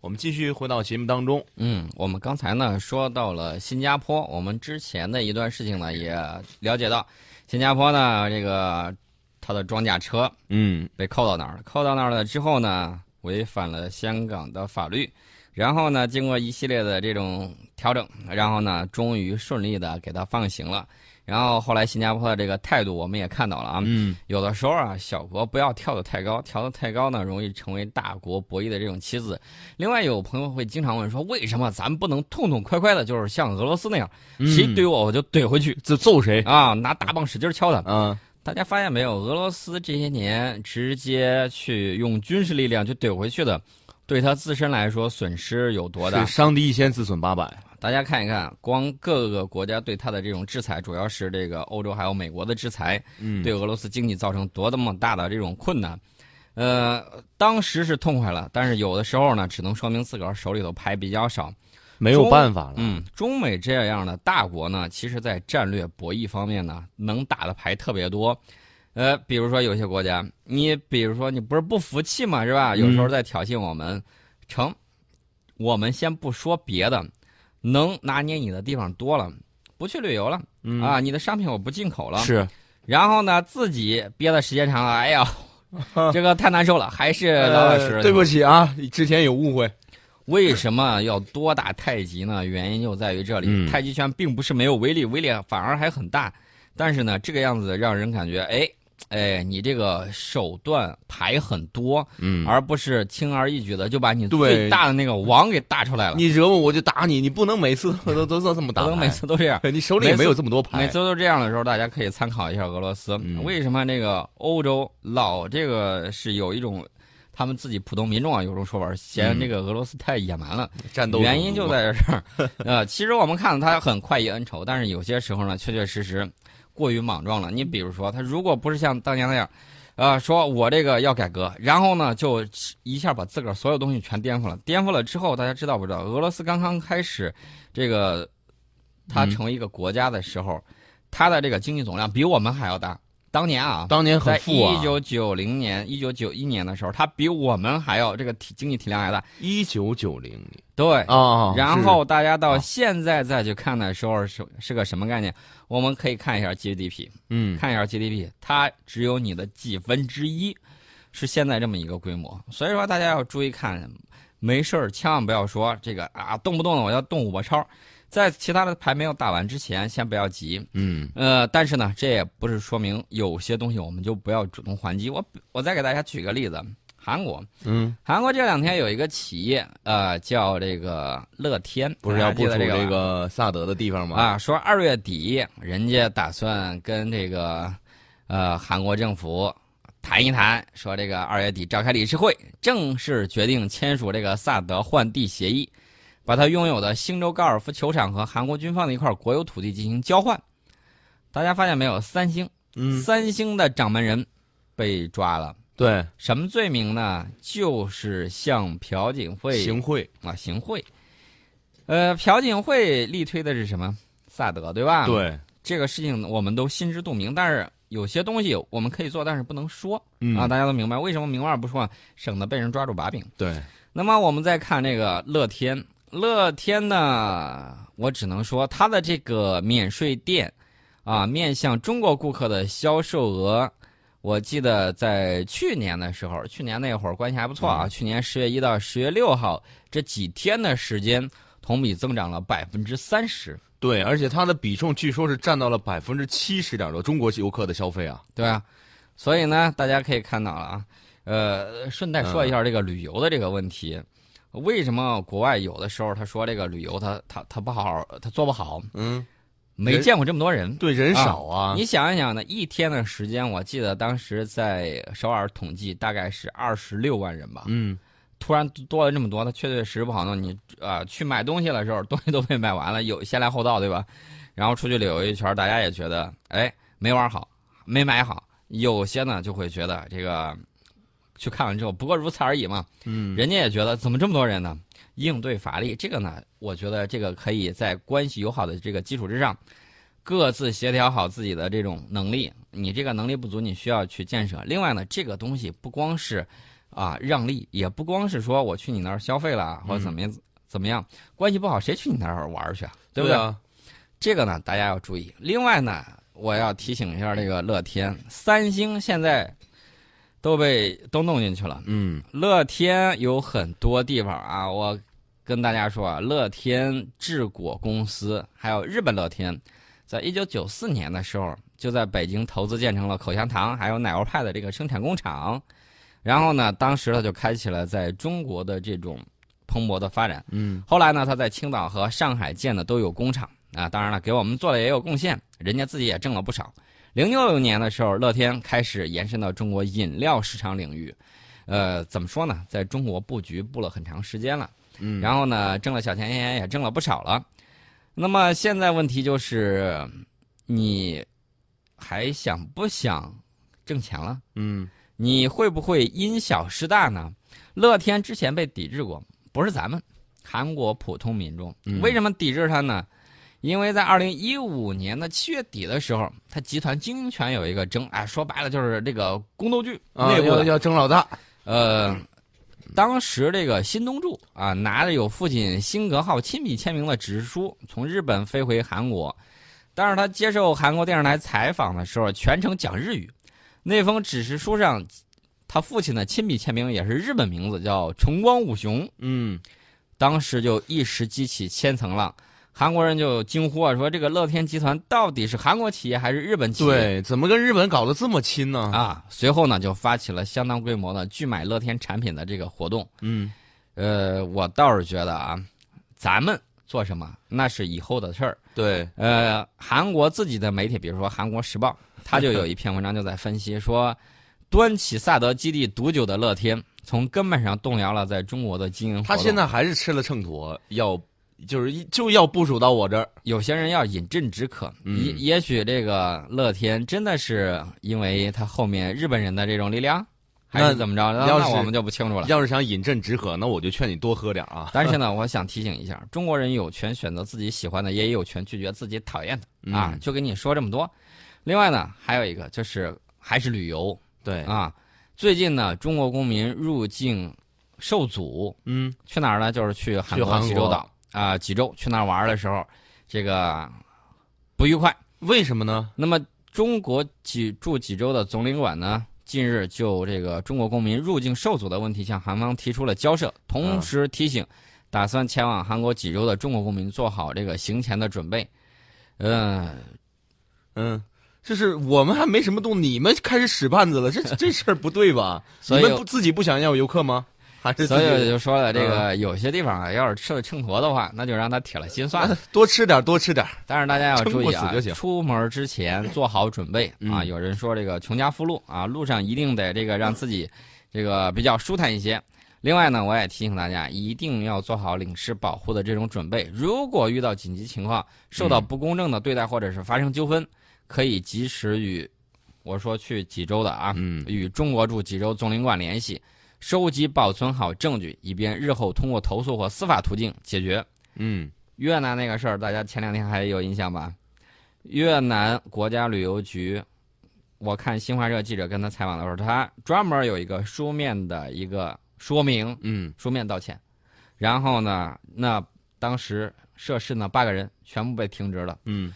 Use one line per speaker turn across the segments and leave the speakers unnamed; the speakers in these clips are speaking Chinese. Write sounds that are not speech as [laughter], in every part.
我们继续回到节目当中。
嗯，我们刚才呢说到了新加坡，我们之前的一段事情呢也了解到，新加坡呢这个它的装甲车
嗯
被扣到那儿了，扣到那儿了之后呢，违反了香港的法律，然后呢经过一系列的这种调整，然后呢终于顺利的给它放行了。然后后来新加坡的这个态度我们也看到了啊，
嗯，
有的时候啊，小国不要跳得太高，跳得太高呢，容易成为大国博弈的这种棋子。另外，有朋友会经常问说，为什么咱不能痛痛快快的，就是像俄罗斯那样，
嗯
谁怼我我就怼回去
这揍谁？
啊，拿大棒使劲敲他？
啊，
大家发现没有，俄罗斯这些年直接去用军事力量去怼回去的，对他自身来说损失有多大
是？伤敌一千，自损八百。
大家看一看，光各个国家对他的这种制裁，主要是这个欧洲还有美国的制裁，
嗯
对俄罗斯经济造成多么大的这种困难。呃，当时是痛快了，但是有的时候呢，只能说明自个儿手里头牌比较少。
没有办法了。
嗯，中美这样的大国呢，其实在战略博弈方面呢，能打的牌特别多。呃，比如说有些国家，你比如说你不是不服气嘛，是吧？有时
嗯
候在挑衅我们，成，我们先不说别的，能拿捏你的地方多了，不去旅游了、
嗯
啊，你的商品我不进口了，
是
然后呢，自己憋的时间长了，哎
[laughs]
呀，这个太难受了，还是老老实实。
对不起啊，之前有误会。
为什么要多打太极呢？原因就在于这里，
嗯
太极拳并不是没有威力，威力反而还很大。但是呢，这个样子让人感觉，哎，哎，你这个手段牌很多，
嗯，
而不是轻而易举的就把你
对
最大的那个王给打出来了。
你惹我我就打你，你不能每次 [laughs] 都都都这么打
不能
牌。
每次都这样。
你手里也没有这么多
每
牌
次。都这样的时候，大家可以参考一下俄罗斯。
嗯
为什么那个欧洲老这个是有一种，他们自己普通民众啊，有种说法，嫌
嗯
这个俄罗斯太野蛮了，
战斗
原因就在这儿。呃，其实我们看他很快意恩仇，但是有些时候呢，确确实实过于莽撞了。你比如说，他如果不是像当年那样。呃，说我这个要改革，然后呢，就一下把自个儿所有东西全颠覆了。颠覆了之后，大家知道不知道？俄罗斯刚刚开始这个它
嗯
成为一个国家的时候，它的这个经济总量比我们还要大。当年啊，
当年很
在
富啊
一，九九零年、一九九一年的时候，它比我们还要这个体经济体量还大。
一九九零年
对，
啊
然后大家到
啊
现在再去看的时候是是个什么概念？我们可以看一下 GDP，
嗯
看一下 GDP，它只有你的几分之一，是现在这么一个规模。所以说大家要注意看，没事儿千万不要说这个啊，动不动的我要动五波超，在其他的牌没有打完之前，先不要急，
嗯
呃，但是呢，这也不是说明有些东西我们就不要主动还击。我我再给大家举个例子，韩国，
嗯，
韩国这两天有一个企业，呃，叫这个乐天，
不是要
大家
部
记
署
得这
这
个
个萨德的地方吗？
啊，说二月底人家打算跟这个呃韩国政府谈一谈，说这个二月底召开理事会，正式决定签署这个萨德换地协议，把他拥有的星洲高尔夫球场和韩国军方的一块国有土地进行交换。大家发现没有？三星，
嗯，
三星的掌门人被抓了，
对，
什么罪名呢？就是向朴槿惠
行贿，
啊行贿。呃，朴槿惠力推的是什么？萨德对吧？，
对，
这个事情我们都心知肚明，但是有些东西我们可以做，但是不能说、
嗯
啊。大家都明白为什么明话不说啊，省得被人抓住把柄。
对，
那么我们再看这个乐天，乐天呢，我只能说它的这个免税店啊，面向中国顾客的销售额，我记得在去年的时候，去年那会儿关系还不错啊，去年十月一到十月六号这几天的时间，同比增长了百分之三十。
对，而且它的比重据说是占到了百分之七十点多中国游客的消费啊。
对啊，所以呢，大家可以看到了啊，呃，顺带说一
嗯
下这个旅游的这个问题，为什么国外有的时候他说这个旅游他他他不好，他做不好，
嗯，
没
人
见过这么多人。
对，人少啊。
你想一想呢，一天的时间，我记得当时在首尔统计大概是二十六万人吧，
嗯，
突然多了这么多，他确确实实不好弄。你啊、呃去买东西的时候，东西都被买完了，有先来后到，对吧？然后出去旅游一圈，大家也觉得哎没玩好，没买好。有些呢就会觉得这个去看完之后不过如此而已嘛。
嗯，
人家也觉得怎么这么多人呢？应对乏力，这个呢，我觉得这个可以在关系友好的这个基础之上，各自协调好自己的这种能力。你这个能力不足，你需要去建设。另外呢，这个东西不光是。啊让利，也不光是说我去你那儿消费了啊
嗯
或者怎么样、怎么样，关系不好谁去你那儿玩儿去啊？对不对？
啊？
这个呢，大家要注意。另外呢，我要提醒一下这个乐天、三星现在都被都弄进去了。
嗯，
乐天有很多地方啊，我跟大家说啊，乐天治果公司还有日本乐天，在一九九四年的时候就在北京投资建成了口香糖还有奶油派的这个生产工厂，然后呢，当时他就开启了在中国的这种蓬勃的发展。
嗯，
后来呢，他在青岛和上海建的都有工厂啊，当然了，给我们做的也有贡献，人家自己也挣了不少。零六年的时候，乐天开始延伸到中国饮料市场领域，呃，怎么说呢，在中国布局布了很长时间了，
嗯，
然后呢，挣了小钱钱也挣了不少了。那么现在问题就是，你还想不想挣钱了？
嗯，
你会不会因小失大呢？乐天之前被抵制过，不是咱们，韩国普通民众。
嗯
为什么抵制它呢？因为在二零一五年的七月底的时候，它集团经营权有一个争，哎，说白了就是这个宫斗剧、
啊
内部
要
的。
要争老大，
呃，当时这个新东柱啊，拿着有父亲辛格浩亲笔签名的纸书，从日本飞回韩国。但是他接受韩国电视台采访的时候，全程讲日语。那封指示书上，他父亲的亲笔签名也是日本名字，叫重光武雄。
嗯，
当时就一时激起千层浪，韩国人就惊呼啊，说这个乐天集团到底是韩国企业还是日本企业？
对，怎么跟日本搞得这么亲呢？
啊，随后呢就发起了相当规模的拒买乐天产品的这个活动。
嗯
呃，我倒是觉得啊，咱们做什么那是以后的事儿。，
对，
呃，韩国自己的媒体，比如说《韩国时报》，它就有一篇文章就在分析说，端起萨德基地毒酒的乐天，从根本上动摇了在中国的经营活动。
他现在还是吃了秤砣，要就是一就要部署到我这儿。
有些人要饮鸩止渴，
嗯
也也许这个乐天真的是因为他后面日本人的这种力量，还
那
是怎么着？那
要
那
是
我们就不清楚了。
要是想饮鸩止渴，那我就劝你多喝点儿啊。
但是呢，我想提醒一下，中国人有权选择自己喜欢的，也有权拒绝自己讨厌的
嗯
啊。，就跟你说这么多。另外呢，还有一个就是还是旅游
对，
啊。最近呢，中国公民入境受阻，
嗯
去哪儿呢？就是去韩
去
国
韩国
济州岛啊，济州去那儿玩儿的时候，这个不愉快。
为什么呢？
那么，中国济驻济州的总领馆呢，近日就这个中国公民入境受阻的问题向韩方提出了交涉，
嗯
同时提醒打算前往韩国济州的中国公民做好这个行前的准备。嗯，
嗯，就是我们还没什么动，你们开始使绊子了，这这事儿不对吧？
所以
你们不自己不想要游客吗？还是自
所以我
己啊
就说了，这
嗯
个有些地方啊，要是吃了秤砣的话，那就让他铁了心
[laughs]
算了。
多吃点儿，多吃点儿？
但是大家要注
撑
意
过
啊
死就，行
出门
[laughs]
之前做好准备啊。
嗯
有人说这个穷家富路啊，路上一定得这个让自己这个比较舒坦一些。另外呢，我也提醒大家，一定要做好领事保护的这种准备。如果遇到紧急情况，受
嗯
到不公正的对待或者是发生纠纷，可以及时与我说去济州的啊，
嗯
与中国驻济州总领馆联系，收集保存好证据，以便日后通过投诉或司法途径解决。
嗯
越南那个事儿，大家前两天还有印象吧？越南国家旅游局，我看新华社记者跟他采访的时候，他专门有一个书面的一个说明，
嗯
书面道歉。然后呢，那当时涉事呢八个人全部被停职了。
嗯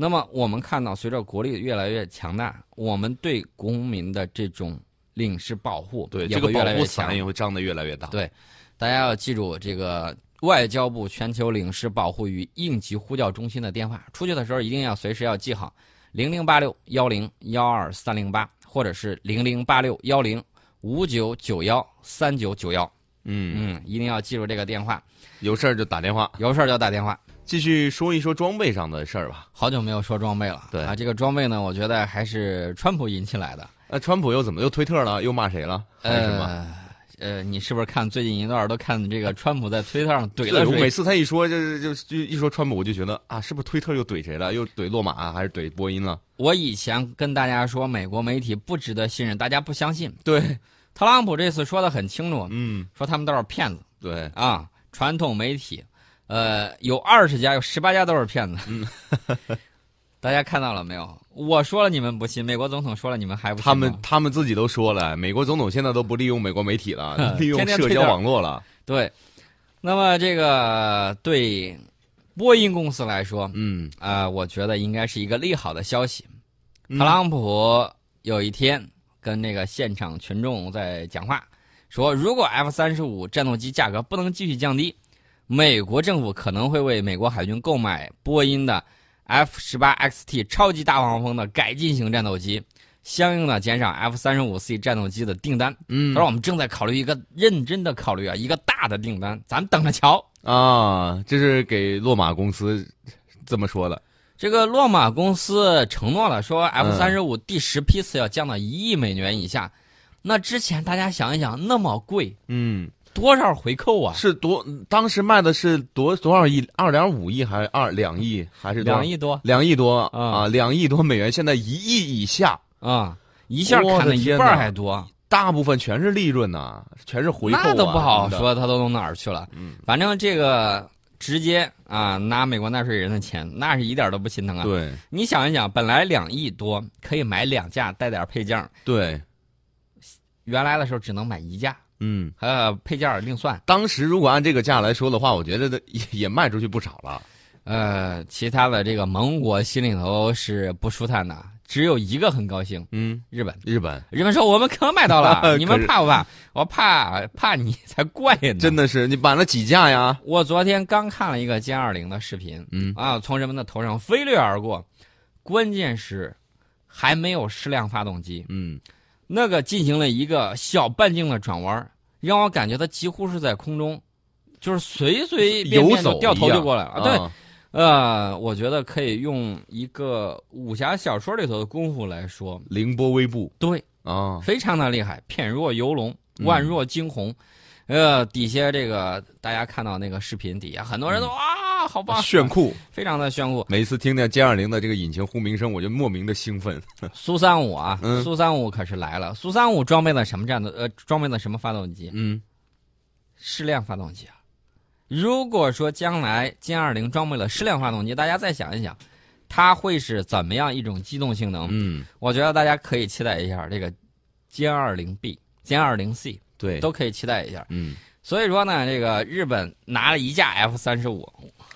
那么我们看到，随着国力越来越强大，我们对公民的这种领事保护
对，
也
这个
会越
保
来
护
越强
伞。也会张得越来越大。
对大家要记住这个外交部全球领事保护与应急呼叫中心的电话，出去的时候一定要随时要记好零零八六幺零幺二三零八，或者是零零八六幺零五九九幺三九九幺。
嗯，
嗯，一定要记住这个电话，
有事儿就打电话。
有事儿就打电话。
继续说一说装备上的事儿吧。
好久没有说装备了，
对
啊，这个装备呢，我觉得还是川普引起来的。
那川普又怎么又推特了？又骂谁了？还是什么？
呃呃，你是不是看最近一段都看
[laughs]
这个川普在推特上怼
对
了
我
谁
每次他一说，就是就就一说川普，我就觉得啊，是不是推特又怼谁了？又怼落马、啊还是怼波音了？
我以前跟大家说，美国媒体不值得信任，大家不相信。
对，
特朗普这次说的很清楚，
嗯，
说他们都是骗子
对，
啊，
嗯
传统媒体，呃，有二十家，有十八家都是骗子。 [laughs] 大家看到了没有？我说了你们不信，美国总统说了你们还不信吗
他们他们自己都说了，美国总统现在都不利用美国媒体了，利用
[laughs] 天天
社
推
交
特
网络了。
对。那么这个对波音公司来说，
嗯，
啊、我觉得应该是一个利好的消息。
嗯
特朗普有一天跟那个现场群众在讲话，说如果 F 三十五战斗机价格不能继续降低，美国政府可能会为美国海军购买波音的 F 十八 XT 超级大黄蜂的改进型战斗机，相应的减少 F 三十五 C 战斗机的订单。
嗯
他说我们正在考虑一个认真的考虑啊，一个大的订单，咱们等着瞧。
啊，这是给洛马公司这么说的。
这个洛马公司承诺了，说 F 三十
嗯
五第十批次要降到一亿美元以下。那之前大家想一想，那么贵，
嗯，
多少回扣啊？
是多当时卖的是多多少亿？二点五亿还是二两亿还是多少
两？亿多
两亿多
啊
啊，两亿多美元，现在一亿以下，
啊、一下
我的
砍了一
天
半儿
哪
还多，
大部分全是利润呐、全是回扣、啊。
那都不好
什么的。
说，他都弄哪儿去了？
嗯
反正这个直接啊，拿美国纳税人的钱，那是一点儿都不心疼啊。
对
你想一想，本来两亿多可以买两架带点儿配件儿，
对，
原来的时候只能买一架，
嗯，
呃，配件儿另算。
当时如果按这个价来说的话，我觉得 [laughs] 也也卖出去不少了。
呃，其他的这个盟国心里头是不舒坦的，只有一个很高兴，
嗯，
日本。
日本
日本说我们可买
[laughs]
到
可
了，
是
你们怕不怕？我怕，怕你才怪呢。
真
的，
的是你买了几架呀？
我昨天刚看了一个歼二零的视频，
嗯
啊，从人们的头上飞掠而过，关键是还没有矢量发动机，
嗯，
那个进行了一个小半径的转弯儿，让我感觉它几乎是在空中，就是随随便
游
便就
走
掉
一
头
样
就过来了。啊对，
啊
呃，我觉得可以用一个武侠小说里头的功夫来说，
凌波微步
对，
啊，
非常的厉害，片若游龙，
嗯
万若惊鸿。呃，底下这个大家看到那个视频底下，很多人都
嗯
哇，好棒，
炫，酷。
非常的炫酷。
每次听见歼二零的这个引擎轰鸣声，我就莫名的兴奋。
苏三五啊，
嗯
苏三五可是来了。苏三五装备了什么战斗？呃，装备了什么发动机？
嗯
矢量发动机啊。如果说将来歼二零装备了矢量发动机，大家再想一想，它会是怎么样一种机动性能？
嗯，
我觉得大家可以期待一下这个歼二零 B、歼二零 C
对，
都可以期待一下。
嗯
所以说呢，这个日本拿了一架 F 三十五，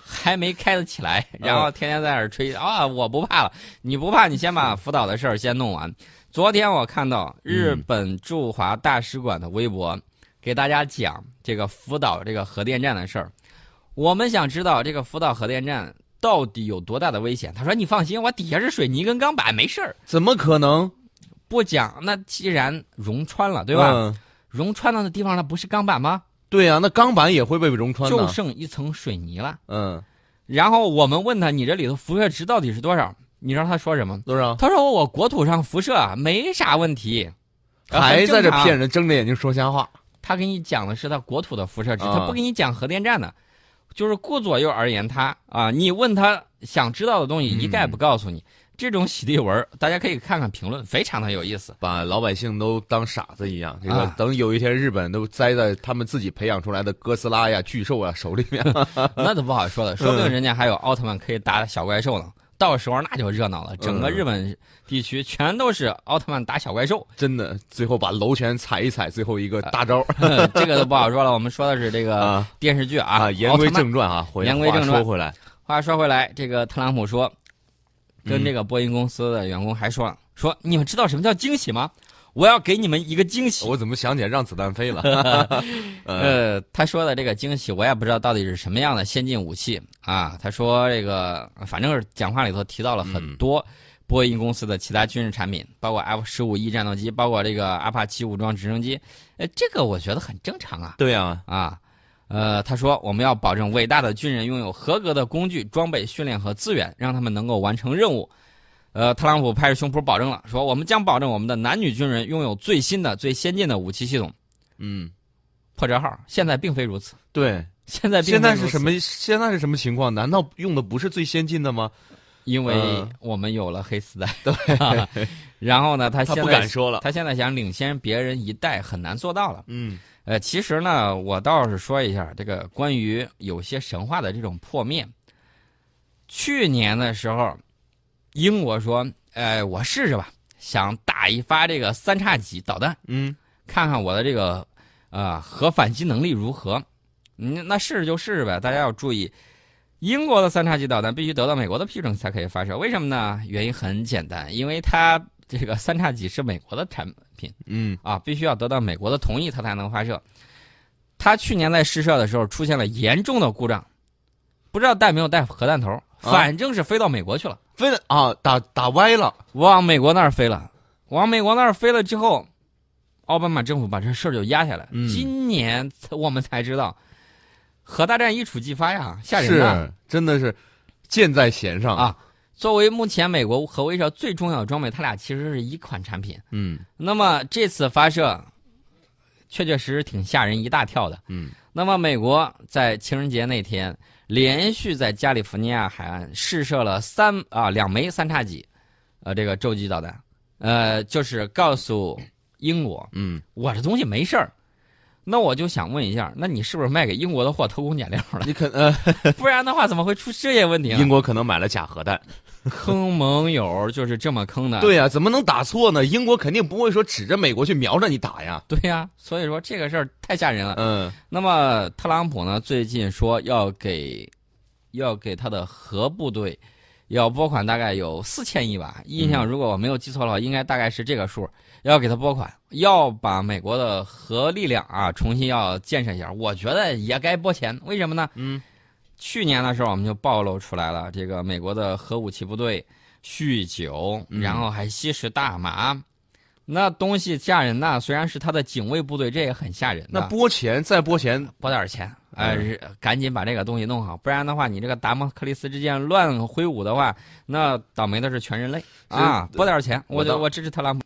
还没开得起来，然后天天在那儿吹啊、我不怕了，你不怕，你先把福岛的事儿先弄完。昨天我看到日本驻华大使馆的微博，给大家讲这个福岛这个核电站的事儿。我们想知道这个福岛核电站到底有多大的危险。他说：“你放心，我底下是水泥跟钢板，没事儿。”
怎么可能
不讲，那既然溶穿了，对吧？
嗯
溶穿了的地方，那不是钢板吗？
对啊呀、那钢板也会被溶穿
就
的。
剩一层水泥了。
嗯，
然后我们问他，你这里头辐射值到底是多少？你知道他说什么？
多少？
他说我国土上辐射啊没啥问题，啊
还在这。
很正
骗
常
人，睁着眼睛说瞎话。
他给你讲的是他国土的辐射值，
啊
他不给你讲核电站的。就是顾左右而言他啊，你问他想知道的东西
嗯
一概不告诉你。这种洗地文儿，大家可以看看评论，非常的有意思。
把老百姓都当傻子一样，这个
啊
等有一天日本都栽在他们自己培养出来的哥斯拉呀、巨兽啊手里 [laughs] 面，
[laughs] 那都不好说了，说不
嗯
定人家还有奥特曼可以打小怪兽呢。到时候那就热闹了，整个
嗯
日本地区全都是奥特曼打小怪兽， [laughs]
真的最后把楼全踩一踩，最后一个大招
嗯这个都不好说了。我们说的是这个
啊
电视剧啊。
啊！言
奥特
归
曼
正传啊，回
言归
话
正传
说回来，
话说回来，这个特朗普说，跟
嗯
这个波音公司的员工还说了，说你们知道什么叫惊喜吗？我要给你们一个惊喜。
我怎么想起来让子弹飞 [laughs] 了？呃，
呃，他说的这个惊喜，我也不知道到底是什么样的先进武器啊。他说这个，反正是讲话里头提到了很多波音公司的其他军事产品，包括 F 十五 E 战斗机，包括这个阿帕奇武装直升机。呃，这个我觉得很正常啊
对啊，
啊。呃，他说我们要保证伟大的军人拥有合格的工具、装备、训练和资源，让他们能够完成任务。呃，特朗普拍着胸脯保证了，说我们将保证我们的男女军人拥有最新的、最先进的武器系统。
嗯，
破折号，现在并非如此。
对，
现在并
现在
非如
是
此
什？么？现在是什么情况？难道用的不是最先进的吗？
因为
嗯
我们有了黑
[laughs]
丝带， [laughs] 对。然后呢，他
他
现在
不敢说了。
他现在想领先别人一代很难做到了。
嗯
呃，其实呢，我倒是说一下这个关于有些神话的这种破灭。去年的时候，英国说，哎，我试试吧，想打一发这个三叉戟导弹，
嗯
看看我的这个呃核反击能力如何。嗯，那试试就试试呗，大家要注意，英国的三叉戟导弹必须得到美国的批准才可以发射，为什么呢？原因很简单，因为它这个三叉戟是美国的产品。
嗯
啊，必须要得到美国的同意，它才能发射。它去年在试射的时候出现了严重的故障，不知道带没有带核弹头，
啊
反正是飞到美国去了，
非得啊打打歪了，
往美国那儿飞了，往美国那儿飞了之后，奥巴马政府把这事儿就压下来。
嗯
今年才我们才知道，核大战一触即发呀，吓人呐！
是真的是箭在弦上
啊作为目前美国核威慑最重要的装备，它俩其实是一款产品。
嗯
那么这次发射，确确实实挺吓人一大跳的。
嗯
那么，美国在情人节那天连续在加利福尼亚海岸试射了三啊两枚三叉戟，呃，这个洲际导弹，呃，就是告诉英国，
嗯，
我这东西没事儿。那我就想问一下，那你是不是卖给英国的货偷工减料了？
你可呃
[laughs] 不然的话，怎么会出这些问题、啊
英？国可能买了假核弹，
坑盟友就是这么坑的。
对呀、怎么能打错呢？英国肯定不会说指着美国去瞄着你打呀，
对呀、所以说这个事儿太吓人了。
嗯
那么特朗普呢，最近说要给要给他的核部队要拨款大概有四千亿吧，印
嗯
象如果我没有记错的话，应该大概是这个数，要给他拨款，要把美国的核力量啊重新要建设一下。我觉得也该拨钱，为什么呢？
嗯，
去年的时候我们就暴露出来了，这个美国的核武器部队酗酒，
嗯
然后还吸食大麻。那东西吓人呐！虽然是他的警卫部队，这也很吓人的。
那拨钱再拨钱，
拨点儿钱，呃，
嗯
是赶紧把这个东西弄好，不然的话，你这个达摩克里斯之剑乱挥舞的话，那倒霉的是全人类
这
啊！拨点儿钱，我
我
就
倒
我支持特朗普。